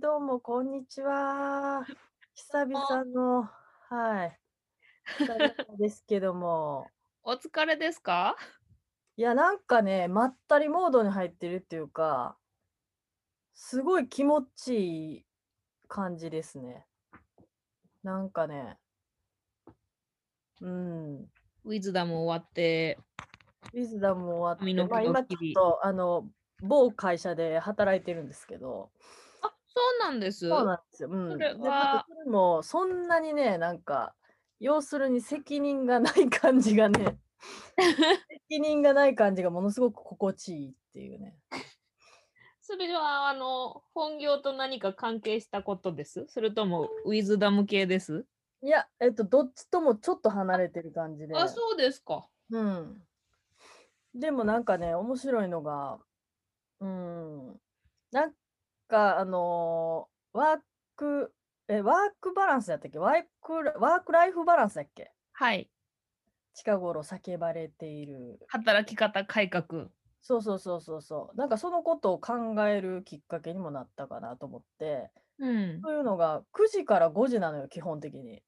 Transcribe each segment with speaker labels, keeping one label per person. Speaker 1: どうもこんにちは。久々の、はい、二人目ですけども。
Speaker 2: お疲れですか？
Speaker 1: いや、なんかね、まったりモードに入ってるっていうか、すごい気持ちいい感じですね。なんかね、うん。
Speaker 2: ウィズダム終わって、
Speaker 1: ウィズダム終わっ
Speaker 2: 髪
Speaker 1: て、
Speaker 2: の
Speaker 1: ま
Speaker 2: 毛
Speaker 1: あ、
Speaker 2: ドッ
Speaker 1: 今ち
Speaker 2: キ
Speaker 1: ょっ
Speaker 2: リ。
Speaker 1: とあの某会社で働いてるんですけど、
Speaker 2: あ、そうなんで
Speaker 1: そう
Speaker 2: す。
Speaker 1: なんですよ。う
Speaker 2: そ
Speaker 1: ん。
Speaker 2: れ
Speaker 1: で、なんか
Speaker 2: は
Speaker 1: それもそんなにね、なんか要するに責任がない感じが ね、責任がない感じがものすごく心地いいっていうね。
Speaker 2: それはあの本業と何か関係したことですそれともウィズダム系です
Speaker 1: いや、えっと、どっちともちょっと離れてる感じ
Speaker 2: あ、あ
Speaker 1: で。
Speaker 2: そうですか。
Speaker 1: うん。でもなんかね、面白いのが、うん。なんか、あのーワーク、え、ワークバランスやったっけワーク、ワークライフバランスだっけ
Speaker 2: はい。
Speaker 1: 近頃叫ばれている。
Speaker 2: 働き方改革。
Speaker 1: そうそうそうそうそう。なんかそのことを考えるきっかけにもなったかなと思って。
Speaker 2: うん。
Speaker 1: というのが、9時から5時なのよ、基本的に。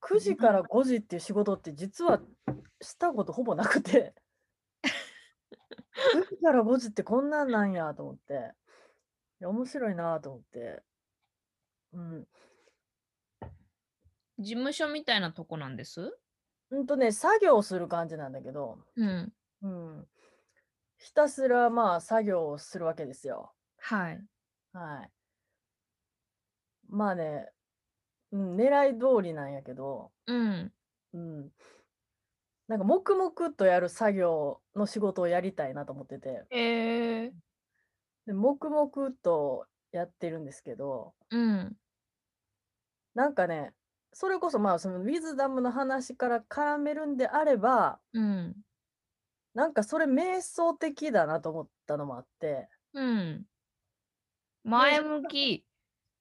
Speaker 1: 9時から5時っていう仕事って実はしたことほぼなくて、9時から5時ってこんなんなんやと思って、いや面白いなと思って。うん。
Speaker 2: 事務所みたいなとこなんです。
Speaker 1: うんとね、作業をする感じなんだけど、
Speaker 2: うん。
Speaker 1: うん。ひたすらまあ作業をするわけですよ。
Speaker 2: はい。
Speaker 1: はい。まあね、うん、狙い通りなんやけど、
Speaker 2: うん。
Speaker 1: うん。なんか黙々とやる作業の仕事をやりたいなと思ってて。
Speaker 2: えー、
Speaker 1: で、黙々とやってるんですけど、
Speaker 2: うん。
Speaker 1: なんかね、それこそまあそのウィズダムの話から絡めるんであれば、
Speaker 2: うん。
Speaker 1: なんかそれ瞑想的だなと思ったのもあって、
Speaker 2: うん。
Speaker 1: で、
Speaker 2: 前向き。
Speaker 1: い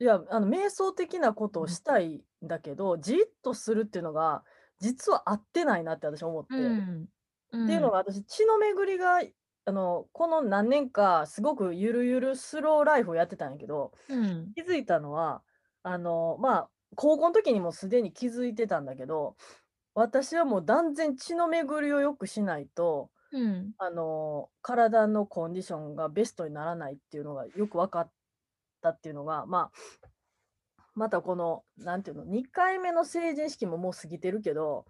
Speaker 1: や、あの、瞑想的なこと
Speaker 2: う
Speaker 1: を
Speaker 2: ん。
Speaker 1: したいんだけど、じっとするっていうのが、実は合ってないなって私思っ
Speaker 2: う
Speaker 1: て。
Speaker 2: ん。う
Speaker 1: っていうの
Speaker 2: ん。
Speaker 1: が私、血の巡りが、あの、この何年か、すごくゆるゆるスローライフをやってたんやけど、
Speaker 2: うん。
Speaker 1: 気づいたのは、あの、まあ、高校の時にもすでに気づいてたんだけど、私はもう断然血の巡りを良くしないと、
Speaker 2: うん。
Speaker 1: あの、体のコンディションがベストにならないっていうのがよく分かったっていうのが、まあ、またこの、なんていうの、2回目の成人式ももう過ぎてるけど、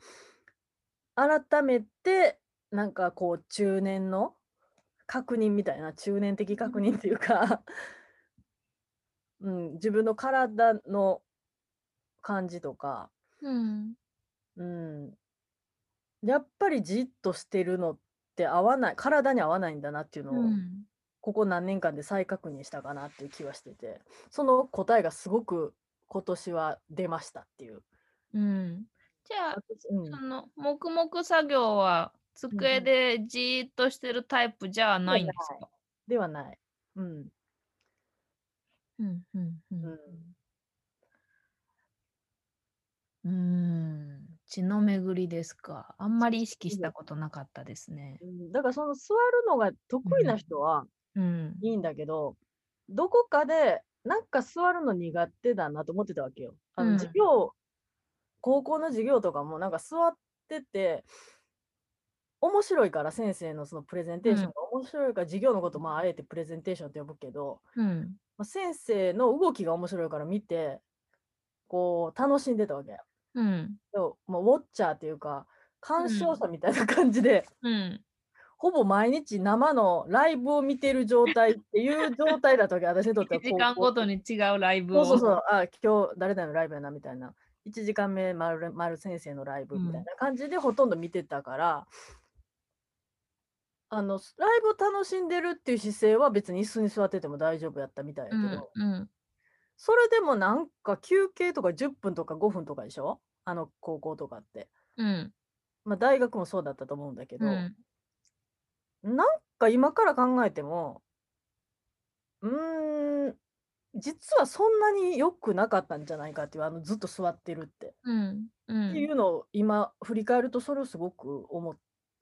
Speaker 1: 改めて、なんかこう、中年の確認みたいな、中年的確認っていうか、 うん、自分の体の感じとか、
Speaker 2: うん。
Speaker 1: うん、やっぱりじっとしてるのって合わない、体に合わないんだなっていう
Speaker 2: う
Speaker 1: のを、
Speaker 2: ん。
Speaker 1: ここ何年間で再確認したかなっていう気はしてて、その答えがすごく今年は出ましたっていう。
Speaker 2: うん。じゃあ、
Speaker 1: 私、う
Speaker 2: そ
Speaker 1: ん。
Speaker 2: の、黙々作業は、
Speaker 1: うんう
Speaker 2: 机
Speaker 1: ん。
Speaker 2: でじーっとしてるタイプじゃ
Speaker 1: で
Speaker 2: な
Speaker 1: はい
Speaker 2: ん
Speaker 1: な
Speaker 2: です
Speaker 1: い。
Speaker 2: か
Speaker 1: ではない。うん。
Speaker 2: うん、うん、う。
Speaker 1: うんん。
Speaker 2: うん。うーん血の巡りですか。あんまり意識
Speaker 1: う
Speaker 2: した
Speaker 1: ん
Speaker 2: ことなかったですね。
Speaker 1: うん、だからその座るのが
Speaker 2: う。
Speaker 1: 得意なん人は
Speaker 2: うん。
Speaker 1: いいんだけど、どこかでなんか座るの苦手だなと思ってたわけよ。あ
Speaker 2: う
Speaker 1: の授
Speaker 2: ん。
Speaker 1: 業、高校の授業とかもなんか座ってて、面白いから先生のそのプレゼン
Speaker 2: う
Speaker 1: テーション
Speaker 2: ん。
Speaker 1: が面白いから授業のことまああえてプレゼンテーションって呼ぶけど、
Speaker 2: うん。
Speaker 1: まあ、先生の動きが面白いから見て、こう楽しんでたわけや。
Speaker 2: うん。
Speaker 1: でも、まあ、ウォッチャーっていうか、
Speaker 2: う
Speaker 1: 鑑賞
Speaker 2: ん。
Speaker 1: 者みたいな感じで、
Speaker 2: うん。
Speaker 1: ほぼ毎日生のライブを見てる状態っていう状態だったわけ、私にとって
Speaker 2: 1
Speaker 1: は高
Speaker 2: 時間
Speaker 1: 校
Speaker 2: ごと
Speaker 1: と。
Speaker 2: に違うライブ
Speaker 1: そうそう
Speaker 2: を。
Speaker 1: そう、あ、今日誰々のライブやなみたいな。1時間目、丸丸先生のライ
Speaker 2: う
Speaker 1: ブみたい
Speaker 2: ん。
Speaker 1: な感じでほとんど見てたから、あの、ライブを楽しんでるっていう姿勢は別に椅子に座ってても大丈夫やったみたいうやけ
Speaker 2: ん。
Speaker 1: ど、
Speaker 2: うん。
Speaker 1: それでもなんか休憩とか10分とか5分とかでしょあの高校とかって。
Speaker 2: うん。
Speaker 1: まあ大学もそうだったと思うんだけ
Speaker 2: う
Speaker 1: ど、
Speaker 2: ん。
Speaker 1: なんか今から考えても、うーん、実はそんなに良くなかったんじゃないかっていう、あのずっと座ってるって。
Speaker 2: うん。う
Speaker 1: ってい
Speaker 2: ん。
Speaker 1: うのを今振り返るとそれをすごく思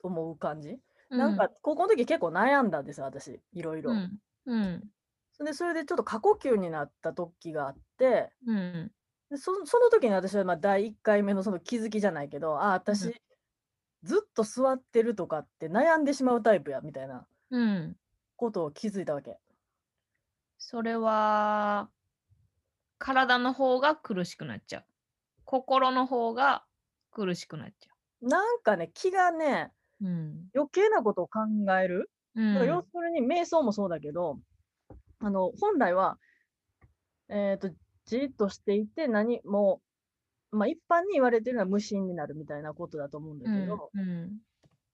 Speaker 1: 思う感じ。
Speaker 2: う
Speaker 1: なん
Speaker 2: ん。
Speaker 1: か高校の時結構悩んだんですよ、私。いろいうろ。
Speaker 2: ん。うん。
Speaker 1: でそれでちょっと過呼吸になった時があって
Speaker 2: うん。
Speaker 1: でそその時に私はまあ第1回目のその気づきじゃないけどあ私、
Speaker 2: うん
Speaker 1: ずっと座ってるとかって悩んでしまうタイプやみたいな
Speaker 2: うん。
Speaker 1: ことを気づいたわけ。
Speaker 2: それは、体の方が苦しくなっちゃう。心の方が苦しくなっちゃ
Speaker 1: なんかね気がね
Speaker 2: う。うん。
Speaker 1: 余計なことを考える
Speaker 2: うん
Speaker 1: だから要するに瞑想もそうだけど、あの本来は、えー、とじーっとしていて何も、まあ、一般に言われてるのは無心になるみたいなことだと思うんだけど、
Speaker 2: うん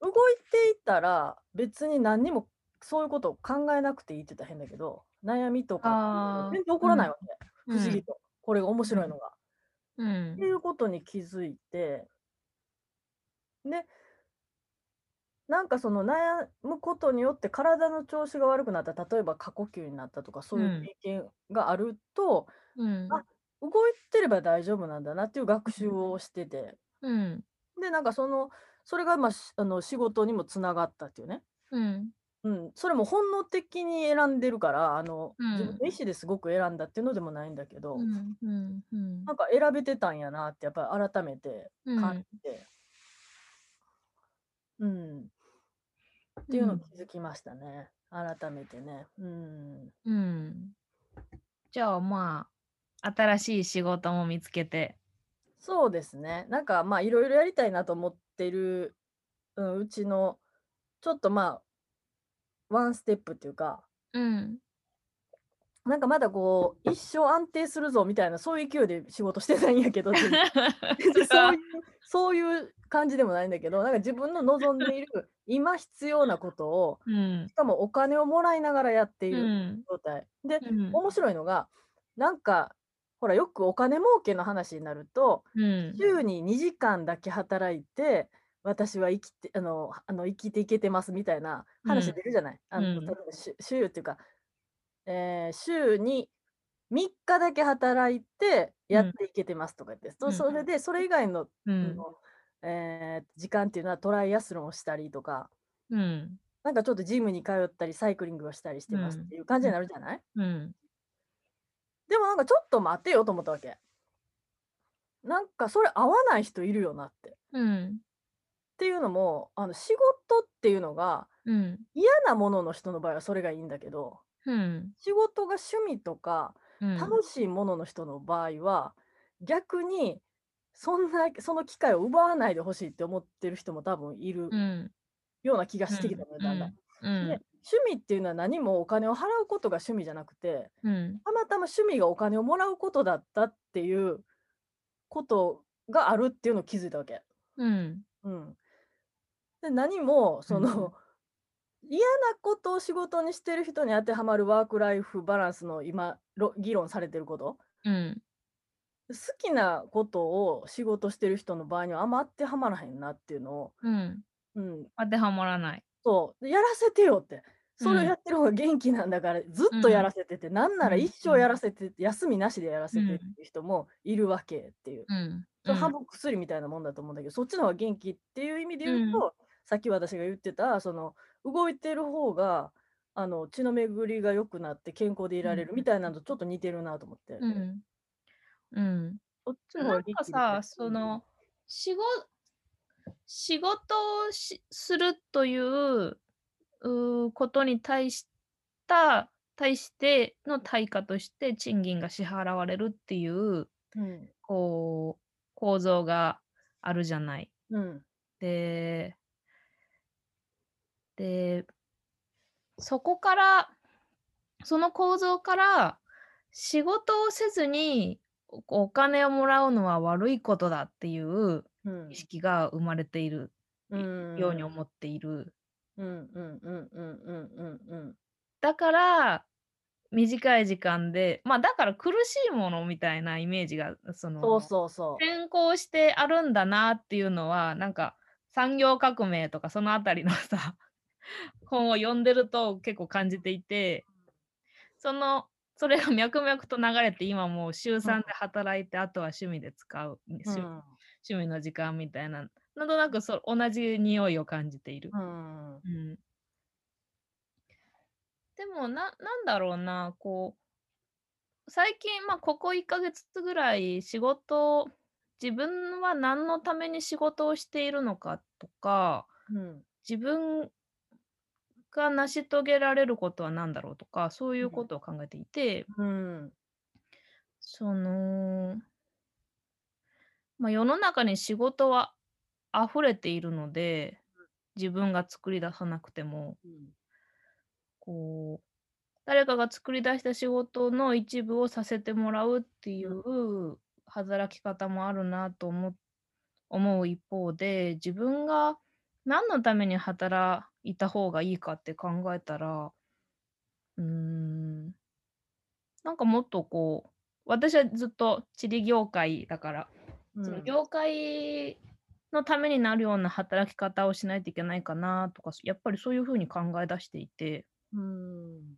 Speaker 1: 動いていたら別に何にもそういうことを考えなくていいって言ったら変だけど悩みとか
Speaker 2: あー
Speaker 1: っていうのは全然起こらないわけ、
Speaker 2: うん、
Speaker 1: 不思議とこれが面白いのが。
Speaker 2: うん
Speaker 1: っていうことに気づいてでなんかその悩むことによって体の調子が悪くなった例えば過呼吸になったとかそういう経験があると、
Speaker 2: うん
Speaker 1: あ動いてれば大丈夫なんだなっていう学習をしてて
Speaker 2: うん
Speaker 1: でなんかそのそれがまあしあの仕事にもつながったっていうね、
Speaker 2: うん
Speaker 1: うん、それも本能的に選んでるからあの、
Speaker 2: うん
Speaker 1: 自分の意思ですごく選んだっていうのでもないんだけど、
Speaker 2: うんうんうん
Speaker 1: なんか選べてたんやなってやっぱり改めて感じて、うんっていうのを気づきましたね、改めてね。うん、
Speaker 2: うんじゃあまあ新しい仕事も見つけて
Speaker 1: そうですねなんかまあいろいろやりたいなと思ってる、うん、うちのちょっとまあワンステップっていうか
Speaker 2: うん
Speaker 1: なんかまだこう一生安定するぞみたいなそういう勢いで仕事してないんやけど全然 別にそういうそういう感じでもないんだけどなんか自分の望んでいる今必要なことを
Speaker 2: うん
Speaker 1: しかもお金をもらいながらやっていうる
Speaker 2: ん
Speaker 1: 状態、で
Speaker 2: うん
Speaker 1: 面白いのがなんかほらよくお金儲けの話になると
Speaker 2: うん
Speaker 1: 週に2時間だけ働いて私は生きてあのあの生きていけてますみたいな話
Speaker 2: うん
Speaker 1: 出るじゃない、あの
Speaker 2: うん
Speaker 1: 例えばし週っていうか、えー週に3日だけ働いてやっていけてますとか言って、
Speaker 2: うん
Speaker 1: そそれでそれ以外の
Speaker 2: うん
Speaker 1: のえー時間っていうのはトライアスロンをしたりとか、
Speaker 2: うん
Speaker 1: なんかちょっとジムに通ったり、サイクリングをしたりしてます
Speaker 2: うん
Speaker 1: っていう感じになるじゃない、
Speaker 2: うん
Speaker 1: でもなんかちょっと待てよと思ったわけ。なんかそれ合わない人いるよなって。っ
Speaker 2: うん
Speaker 1: ていうのも、あの仕事っていうのが
Speaker 2: うん
Speaker 1: 嫌なものの人の場合はそれがいいんだけど、
Speaker 2: うん
Speaker 1: 仕事が趣味とか
Speaker 2: うん
Speaker 1: 楽しいものの人の場合は、逆にそんなその機会を奪わないでほしいって思ってる人も多分いる
Speaker 2: うん
Speaker 1: ような気がしてきたのよ、だんだん。
Speaker 2: う
Speaker 1: で
Speaker 2: ん
Speaker 1: 趣味っていうのは何もお金を払うことが趣味じゃなくて
Speaker 2: うん
Speaker 1: たまたま趣味がお金をもらうことだったっていうことがあるっていうのを気づいたわけ。
Speaker 2: うん
Speaker 1: うん、で何もその、嫌なことを仕事にしてる人に当てはまるワーク・ライフ・バランスの今ろ議論されてること
Speaker 2: うん
Speaker 1: 好きなことを仕事してる人の場合にはあんま当てはまらへんなっていうのを、
Speaker 2: うん
Speaker 1: うん、
Speaker 2: 当てはまらない
Speaker 1: そうでやらせてよってそれを
Speaker 2: うん
Speaker 1: やってる方が元気なんだから、ずっとやらせてて、なんなら
Speaker 2: うん
Speaker 1: 一生やらせてて、休みなしでやらせてって
Speaker 2: うん
Speaker 1: いう人もいるわけっていう、
Speaker 2: うん
Speaker 1: それ半分薬みたいなもんだと思うんだけど、そっちの方が元気っていう意味で言うと、
Speaker 2: う
Speaker 1: さっき私が言ってたその動いてる方があの血の巡りが良くなって健康でいられる
Speaker 2: うん
Speaker 1: みたいなのとちょっと似てるなと思って、
Speaker 2: うんうん
Speaker 1: そっちの方
Speaker 2: な
Speaker 1: が
Speaker 2: ん
Speaker 1: 元
Speaker 2: か
Speaker 1: 気
Speaker 2: さ、その仕事仕事をしするといううーことに対した対しての対価として賃金が支払われるっていう
Speaker 1: うん
Speaker 2: こう構造があるじゃない。
Speaker 1: うん
Speaker 2: ででそこからその構造から仕事をせずにおお金をもらうのは悪いことだっていう
Speaker 1: うん
Speaker 2: 意識が生まれている
Speaker 1: うん
Speaker 2: ように思っている、
Speaker 1: うんうんうんうんうんうんうん
Speaker 2: だから短い時間でまあだから苦しいものみたいなイメージがその
Speaker 1: そうそうそう。
Speaker 2: 先行してあるんだなっていうのはなんか産業革命とかそのあたりのさ 本を読んでると結構感じていてそのそれが脈々と流れて今もう週3で働いて、あとは趣味で使う、趣
Speaker 1: う
Speaker 2: 趣味の時間みたいななんとなくそ同じ匂いを感じている。
Speaker 1: んうん
Speaker 2: うんでもな、なんだろうな、こう、最近、まあ、ここ1ヶ月ぐらい仕事、自分は何のために仕事をしているのかとか、
Speaker 1: うん
Speaker 2: 自分が成し遂げられることは何だろうとか、そういうことを考えていて、
Speaker 1: うん
Speaker 2: その、まあ、世の中に仕事は溢れているので、自分が作り出さなくても、
Speaker 1: うん
Speaker 2: こう誰かが作り出した仕事の一部をさせてもらうっていう働き方もあるなと思思う一方で自分が何のために働いた方がいいかって考えたらうーんなんかもっとこう私はずっと地理業界だから
Speaker 1: うん
Speaker 2: その業界のためになるような働き方をしないといけないかなとかやっぱりそういうふうに考え出していて
Speaker 1: うん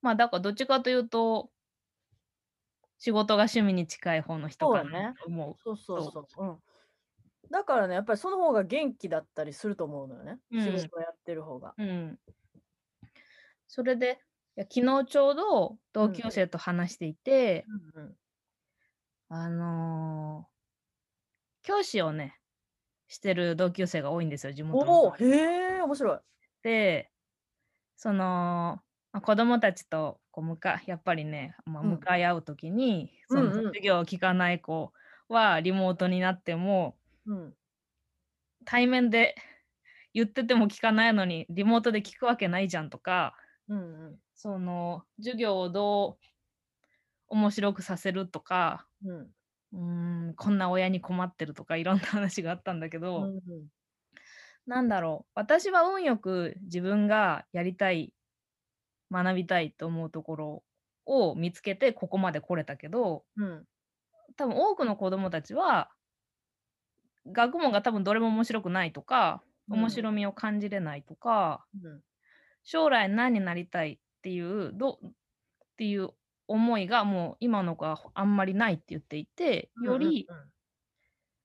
Speaker 2: まあだからどっちかというと仕事が趣味に近い方の人か
Speaker 1: そうだ
Speaker 2: な
Speaker 1: ね
Speaker 2: と思
Speaker 1: そうそう
Speaker 2: そ
Speaker 1: そう。うん、だからね、やっぱりその方が元気だったりすると思うのよね。
Speaker 2: うん
Speaker 1: 仕事をやってる方が。
Speaker 2: う。うん、それでいや昨日ちょうど同級生と話していて、
Speaker 1: うん
Speaker 2: あのー教師をねしてる同級生が多いんですよ地元
Speaker 1: お
Speaker 2: の
Speaker 1: お、。へえ、面白い。
Speaker 2: でそのまあ子供たちとこう向かやっぱりね、まあ、
Speaker 1: うん
Speaker 2: 向かい合う時に、
Speaker 1: うん
Speaker 2: そ
Speaker 1: うん
Speaker 2: の授業を聞かない子はリモートになっても
Speaker 1: うん、
Speaker 2: 対面で言ってても聞かないのにリモートで聞くわけないじゃんとか
Speaker 1: うん、うん
Speaker 2: その授業をどう面白くさせるとか
Speaker 1: うん。
Speaker 2: うーんこんな親に困ってるとかいろんな話があったんだけど、
Speaker 1: うん
Speaker 2: なんだろう私は運よく自分がやりたい学びたいと思うところを見つけてここまで来れたけど
Speaker 1: うん、
Speaker 2: 多分多くの子どもたちは学問が多分どれも面白くないとか
Speaker 1: うん
Speaker 2: 面白みを感じれないとか、
Speaker 1: うん、
Speaker 2: 将来何になりたいっていうどっていう思いがもう今の子はあんまりないって言っていてより、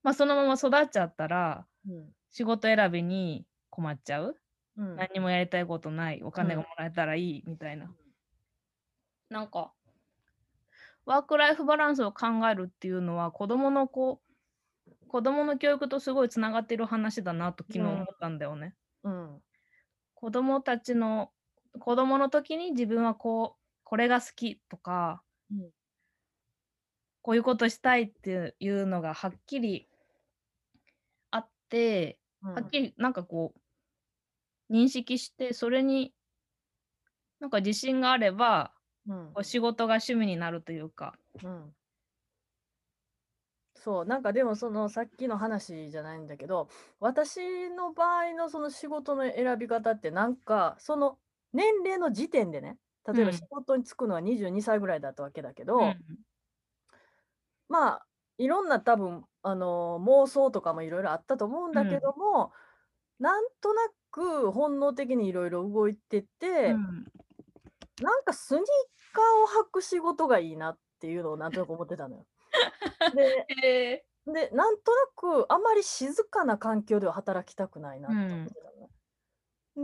Speaker 2: まあ、そのまま育っちゃったら
Speaker 1: うん、
Speaker 2: 仕事選びに困っちゃう
Speaker 1: うん、うん、
Speaker 2: 何にもやりたいことないお金
Speaker 1: うん
Speaker 2: がもらえたらいいみたいな、なんかワーク・ライフ・バランスを考えるっていうのは子どもの子子どもの教育とすごいつながってる話だなと昨日思ったんだよね。
Speaker 1: うん、
Speaker 2: 子どもたちの子どもの時に自分はこうこれが好きとか、
Speaker 1: うん
Speaker 2: こういうことしたいっていうのがはっきりあって、
Speaker 1: うん
Speaker 2: はっきりなんかこう認識してそれになんか自信があれば
Speaker 1: うん
Speaker 2: こう仕事が趣味になるというか。
Speaker 1: うんそうなんかでもそのさっきの話じゃないんだけど私の場合のその仕事の選び方ってなんかその年齢の時点でね例え
Speaker 2: う
Speaker 1: ば
Speaker 2: ん
Speaker 1: 仕事に就くのは22歳ぐらいだったわけだけど、
Speaker 2: うん
Speaker 1: まあいろんな多分、あの妄想とかもいろいろあったと思うんだけども、なんとなく本能的にいろいろ動いてて、
Speaker 2: うん
Speaker 1: なんかスニーカーを履く仕事がいいなっていうのをなんとなく思ってた のよ。で
Speaker 2: え
Speaker 1: でなんとなくあまり静かな環境では働きたくないなと思ってたの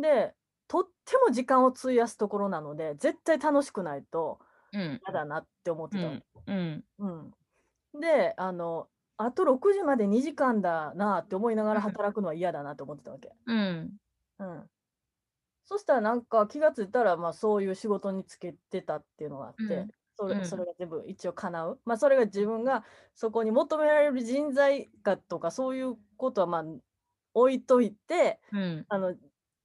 Speaker 1: ね、でとっても時間を費やすところなので絶対楽しくないと
Speaker 2: ーうん
Speaker 1: 嫌だなって思ってたの、
Speaker 2: うん
Speaker 1: うんであのあと6時まで2時間だなって思いながら
Speaker 2: うん
Speaker 1: 働くのは嫌だなと思ってたわけ、
Speaker 2: うん
Speaker 1: うん、そしたらなんか気がついたら、まあ、そういう仕事につけてたっていうのがあって、
Speaker 2: うん
Speaker 1: そうれ
Speaker 2: ん
Speaker 1: それが全部一応叶う、まあ、それが自分がそこに求められる人材かとかそういうことはまあ置いといて
Speaker 2: うん
Speaker 1: あの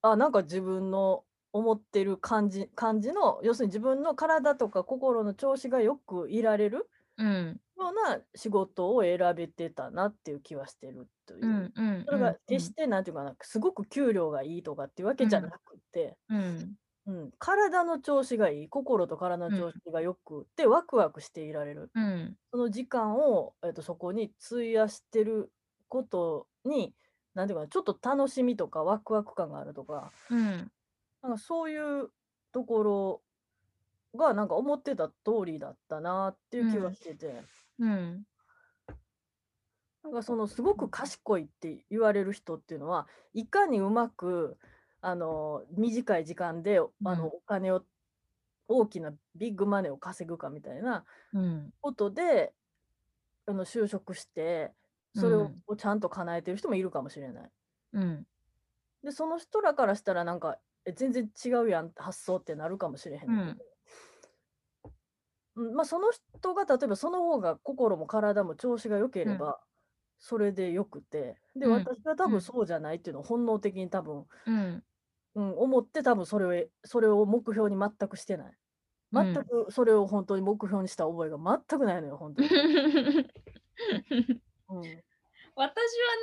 Speaker 1: あなんか自分の思ってる感じ感じの要するに自分の体とか心の調子がよくいられる
Speaker 2: うん
Speaker 1: ような仕事を選べてたなっていう気はしてるという。
Speaker 2: うんうん
Speaker 1: それが決してなんていうかな、すごく給料がいいとかっていうわけじゃ
Speaker 2: うん
Speaker 1: なくて、
Speaker 2: うん
Speaker 1: うん、体の調子がいい、心と体の調子がよくって、ワクワクしていられる。
Speaker 2: うん
Speaker 1: その時間を、えっとそこに費やしてることに、なんていうかな、ちょっと楽しみとかワクワク感があるとか、
Speaker 2: うん
Speaker 1: なんかそういうところが、なんか思ってた通りだったなっていう気
Speaker 2: う
Speaker 1: は
Speaker 2: ん
Speaker 1: してて、
Speaker 2: うん
Speaker 1: なんかそのすごく賢いって言われる人っていうのは、いかにうまくあの短い時間であの、
Speaker 2: うん
Speaker 1: お金を大きなビッグマネーを稼ぐかみたいな
Speaker 2: うん
Speaker 1: ことであの就職してそれ
Speaker 2: う
Speaker 1: を
Speaker 2: ん
Speaker 1: ちゃんと叶えてる人もいるかもしれない。
Speaker 2: うん
Speaker 1: でその人らからしたらなんかえ全然違うやんって発想ってなるかもしれへんねんけど、うんまあ、その人が例えばその方が心も体も調子が良ければ、それでよくてで
Speaker 2: うん
Speaker 1: 私は多
Speaker 2: う
Speaker 1: 分
Speaker 2: ん
Speaker 1: そうじゃないっていうのを本能的に多分、
Speaker 2: うん
Speaker 1: うん、思って多分それをえそれを目標に全くしてない。全くそれを本当に目標にした覚えが全くないのよ、本当に。
Speaker 2: 私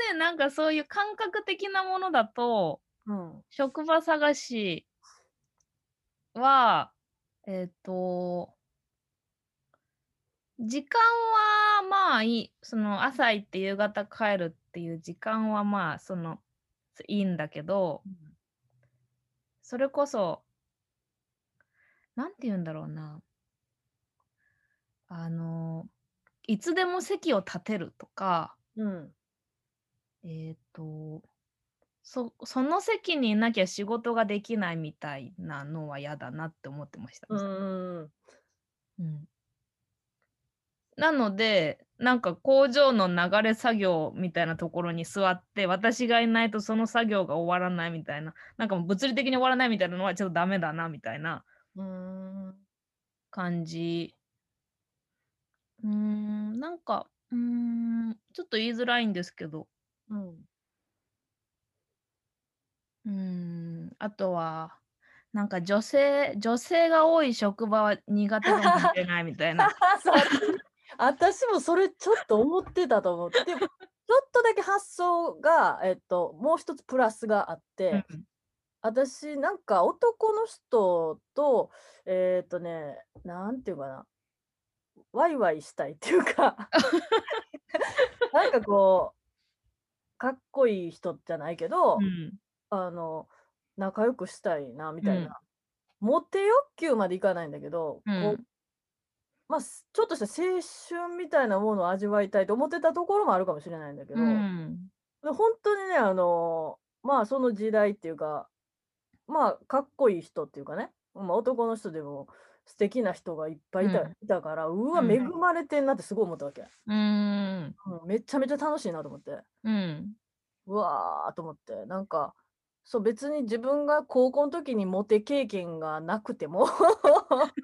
Speaker 2: はねなんかそういう感覚的なものだと
Speaker 1: うん。うん。
Speaker 2: 職場探しはえっ、と時間はまあいいその朝行って夕方帰るっていう時間はまあそのいいんだけどそれこそなんて言うんだろうなあのいつでも席を立てるとか
Speaker 1: うん。
Speaker 2: えっ、とそ、その席にいなきゃ仕事ができないみたいなのは嫌だなって思ってました。
Speaker 1: うんうん。
Speaker 2: うんなので、なんか工場の流れ作業みたいなところに座って、私がいないとその作業が終わらないみたいな、なんかもう物理的に終わらないみたいなのはちょっとダメだなみたいな
Speaker 1: うん。うん
Speaker 2: 感じ。うーん、なんか、うーん、ちょっと言いづらいんですけど、
Speaker 1: うん。
Speaker 2: うーんあとはなんか女性女性が多い職場は苦手かもしれないみたい な
Speaker 1: そう私もそれちょっと思ってたと思ってでもちょっとだけ発想が、えっと、もう一つプラスがあって、
Speaker 2: うん
Speaker 1: 私なんか男の人とえっ、とねなんていうかなワイワイしたいっていうか なんかこうかっこいい人じゃないけど、
Speaker 2: うん
Speaker 1: あの仲良くしたいなみたい
Speaker 2: うん
Speaker 1: な、モテ欲求までいかないんだけど、こ
Speaker 2: う
Speaker 1: うんまあ、すちょっとした青春みたいなものを味わいたいと思ってたところもあるかもしれないんだけど、
Speaker 2: うん
Speaker 1: で本当にねあのまあその時代っていうかまあかっこいい人っていうかね、まあ、男の人でも素敵な人がいっぱいいた,、
Speaker 2: うん
Speaker 1: いたからうわ
Speaker 2: うん
Speaker 1: 恵まれてんなってすごい思ったわけ、
Speaker 2: うん
Speaker 1: うん、めちゃめちゃ楽しいなと思って
Speaker 2: うん
Speaker 1: うわーと思ってなんかそう別に自分が高校の時にモテ経験がなくても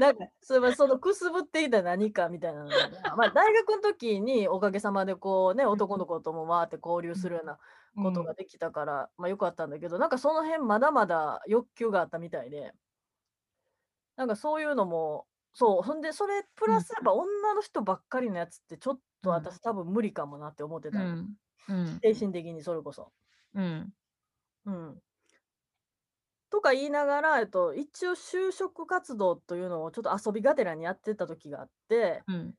Speaker 1: なんかそれはそのくすぶっていた何かみたいなのが、まあ、大学の時におかげさまでこうね男の子ともわーって交流するようなことができたから、まあよかったんだけどなんかその辺まだまだ欲求があったみたいでなんかそういうのもそうほんでそれプラスやっぱ女の人ばっかりのやつってちょっと
Speaker 2: うん
Speaker 1: 私多分無理かもなって思って
Speaker 2: う
Speaker 1: たの、
Speaker 2: んうん
Speaker 1: 精神的にそれこそ。
Speaker 2: うん
Speaker 1: うんとか言いながら、えっと、一応就職活動というのをちょっと遊びがてらにやってた時があって
Speaker 2: うん
Speaker 1: っ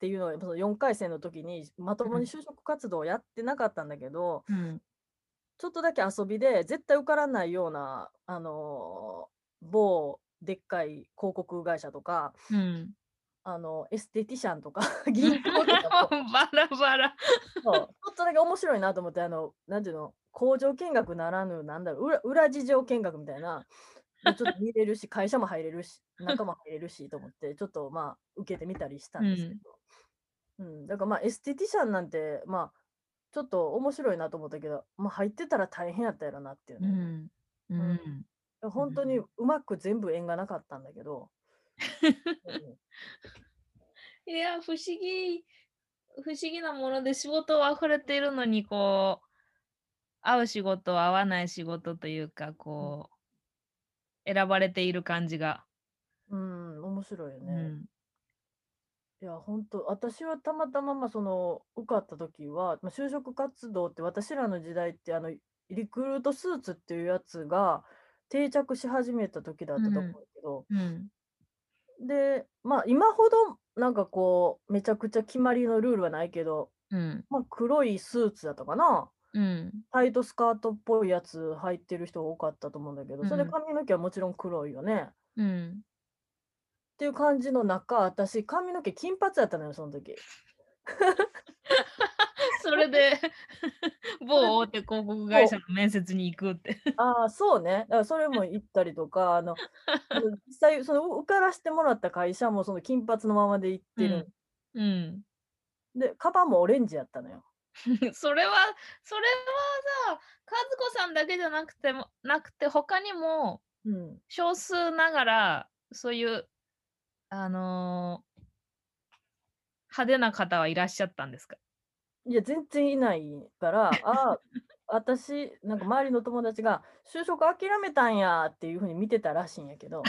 Speaker 1: ていうのがその4回生の時にまともに
Speaker 2: うん
Speaker 1: 就職活動をやってなかったんだけど、
Speaker 2: うん
Speaker 1: ちょっとだけ遊びで絶対受からないような、あのー某でっかい広告会社とか、
Speaker 2: うん
Speaker 1: あのエステティシャンとか 銀行と かと
Speaker 2: バラバラ
Speaker 1: そうちょっとだけ面白いなと思ってあのなんていうの工場見学ならぬなんだろう裏裏事情見学みたいなでちょっと見れるし会社も入れるし仲間入れるしと思ってちょっとまあ受けてみたりしたんですけど、うんだからまあエステティシャンなんてまあちょっと面白いなと思ったけど、まあ、入ってたら大変やったやろなっていう
Speaker 2: う
Speaker 1: ね。
Speaker 2: んうん
Speaker 1: 本当にうまく全部縁がなかったんだけど、うん
Speaker 2: いや不思議不思議なもので仕事は溢れているのにこう合う仕事合わない仕事というかこう選ばれている感じが、
Speaker 1: うん、面白いよ
Speaker 2: う
Speaker 1: ね。
Speaker 2: ん
Speaker 1: いや、本当、私はたまたま、まあ、その、受かった時は、まあ、就職活動って、私らの時代って、あの、リクルートスーツっていうやつが定着し始めた時だったと思うけど、
Speaker 2: うん
Speaker 1: で、まあ、今ほど、なんかこう、めちゃくちゃ決まりのルールはないけど、
Speaker 2: うん
Speaker 1: まあ、黒いスーツだったかな。
Speaker 2: うん
Speaker 1: タイトスカートっぽいやつ履いてる人が多かったと思うんだけど、それ
Speaker 2: うん
Speaker 1: で髪の毛はもちろん黒いよね。っ
Speaker 2: うん
Speaker 1: ていう感じの 中、私、髪の毛金髪やったのよ、その時。
Speaker 2: それれで 某大手広告会社の面接に行くって。
Speaker 1: ああ、そうね。だからそれも行ったりとか、あの実際、その受からしてもらった会社もその金髪のままで行ってる。
Speaker 2: うん、
Speaker 1: で、カバンもオレンジやったのよ。
Speaker 2: それはそれはさ和子さんだけじゃなくてもなくて他にも
Speaker 1: うん。
Speaker 2: 少数ながらそういうあのー派手な方はいらっしゃったんですか
Speaker 1: いや、全然いないから、ああ、私、なんか周りの友達が就職諦めたんやっていうふうに見てたらしいんやけど、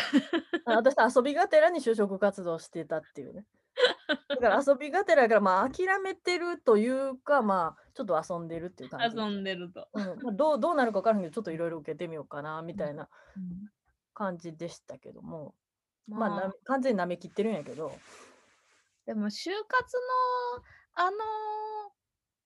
Speaker 1: あ私遊びがてらに就職活動してたっていうね。だから遊びがてらやから、まあ諦めてるというか、まあちょっと遊んでるっていう感じ。
Speaker 2: 遊んでると。
Speaker 1: うんまあ、どうどうなるか分からんけど、ちょっといろいろ受けてみようかなみたいな感じでしたけども、まあ、
Speaker 2: まあ
Speaker 1: な完全になめきってるんやけど、
Speaker 2: でも就活のあのー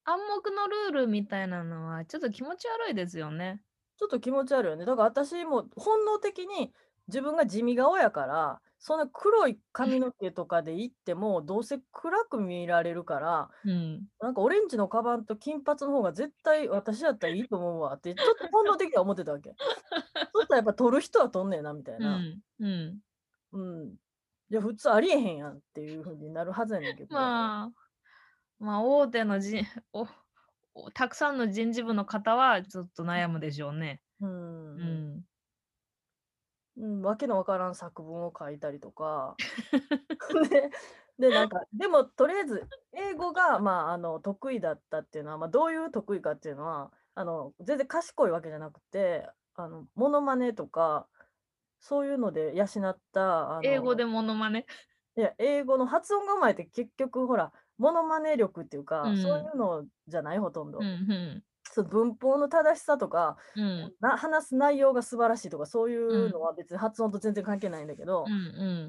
Speaker 2: 暗黙のルールみたいなのはちょっと気持ち悪いですよね。
Speaker 1: ちょっと気持ち悪いよね。だから私も本能的に自分が地味顔やから、そんな黒い髪の毛とかで行っても、どうせ暗く見られるから、
Speaker 2: うん、
Speaker 1: なんかオレンジのカバンと金髪の方が絶対私だったらいいと思うわって、ちょっと本能的には思ってたわけ。ちょっとやっぱ取る人は取んねえなみたいうな。
Speaker 2: んうん、
Speaker 1: うん。いや、普通ありえへんやんっていうふうになるはずやねんけど。
Speaker 2: まあ、まあ、大手のじおおたくさんの人事部の方はちょっと悩むでしょうね。
Speaker 1: うん
Speaker 2: う。ん。
Speaker 1: うん、わけのわからん作文を書いたりと か ででなんかでもとりあえず英語が、まあ、あの得意だったっていうのは、まあ、どういう得意かっていうのはあの全然賢いわけじゃなくてあのモノマネとかそういうので養ったあの
Speaker 2: 英語でモノマネ。
Speaker 1: いや英語の発音がうまいって結局ほらモノマネ力っていうか、
Speaker 2: うん
Speaker 1: そういうのじゃないほとんど、
Speaker 2: うんうん
Speaker 1: その文法の正しさとか
Speaker 2: うん
Speaker 1: な話す内容が素晴らしいとかそういううんのは別に発音と全然関係ないんだけど、
Speaker 2: うんう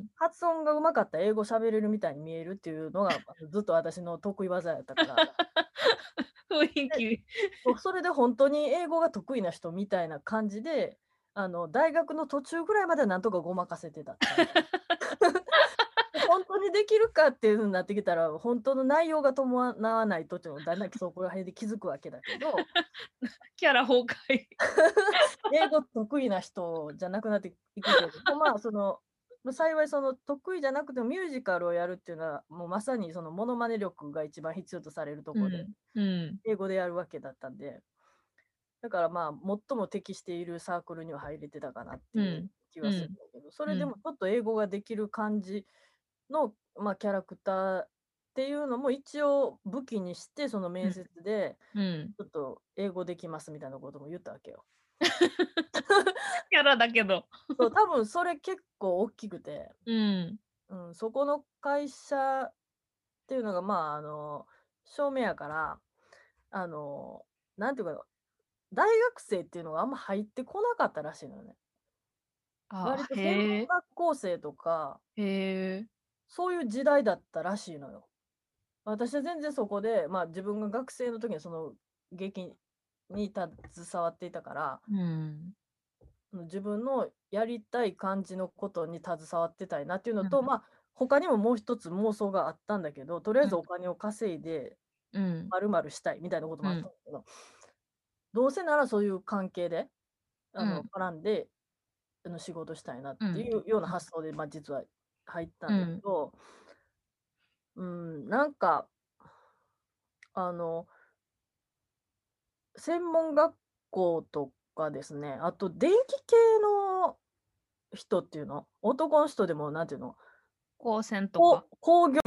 Speaker 2: ん
Speaker 1: 発音がうまかったら英語喋れるみたいに見えるっていうのがずっと私の得意技やったから
Speaker 2: 雰囲気。
Speaker 1: そうそれで本当に英語が得意な人みたいな感じであの大学の途中ぐらいまではなんとかごまかせてたっていう本当にできるかっていうふうになってきたら本当の内容が伴わないとっていうのをだんだんそこら辺で気づくわけだけど
Speaker 2: キャラ崩壊。
Speaker 1: 英語得意な人じゃなくなっていくけどまあそのまあ幸いその得意じゃなくてもミュージカルをやるっていうのはもうまさにそのモノマネ力が一番必要とされるところで、
Speaker 2: うんうん
Speaker 1: 英語でやるわけだったんでだからまあ最も適しているサークルには入れてたかなっていう気はするんだけど、それでもちょっと英語ができる感じの、まあ、キャラクターっていうのも一応武器にしてその面接で
Speaker 2: うん。
Speaker 1: ちょっと英語できますみたいなことも言ったわけよ。
Speaker 2: キャラだけど。
Speaker 1: そう多分それ結構大きくて、
Speaker 2: うん
Speaker 1: うん、そこの会社っていうのがまああの正面やからあのなんていうかな大学生っていうのがあんま入ってこなかったらしいのよね。
Speaker 2: あ
Speaker 1: 割と専
Speaker 2: へ
Speaker 1: 門
Speaker 2: え
Speaker 1: 学校生とか
Speaker 2: へえ。
Speaker 1: そういう時代だったらしいのよ。私は全然そこで、まあ、自分が学生の時にその劇に携わっていたから
Speaker 2: うん
Speaker 1: 自分のやりたい感じのことに携わってたいなっていうのと、
Speaker 2: うん
Speaker 1: まあ他にももう一つ妄想があったんだけどとりあえず
Speaker 2: うん
Speaker 1: お金を稼いで
Speaker 2: うん
Speaker 1: まるまるしたいみたいなこともあったんだけど、どうせならそういう関係であの、
Speaker 2: うん
Speaker 1: 絡んであの仕事したいなって
Speaker 2: うん
Speaker 1: いうような
Speaker 2: うん
Speaker 1: 発想で、まあ、実は入ったんだけど、うん、なんかあの専門学校とかですねあと電気系の人っていうの男の人でもなんていうの
Speaker 2: 高専と
Speaker 1: こ
Speaker 2: か。
Speaker 1: 工業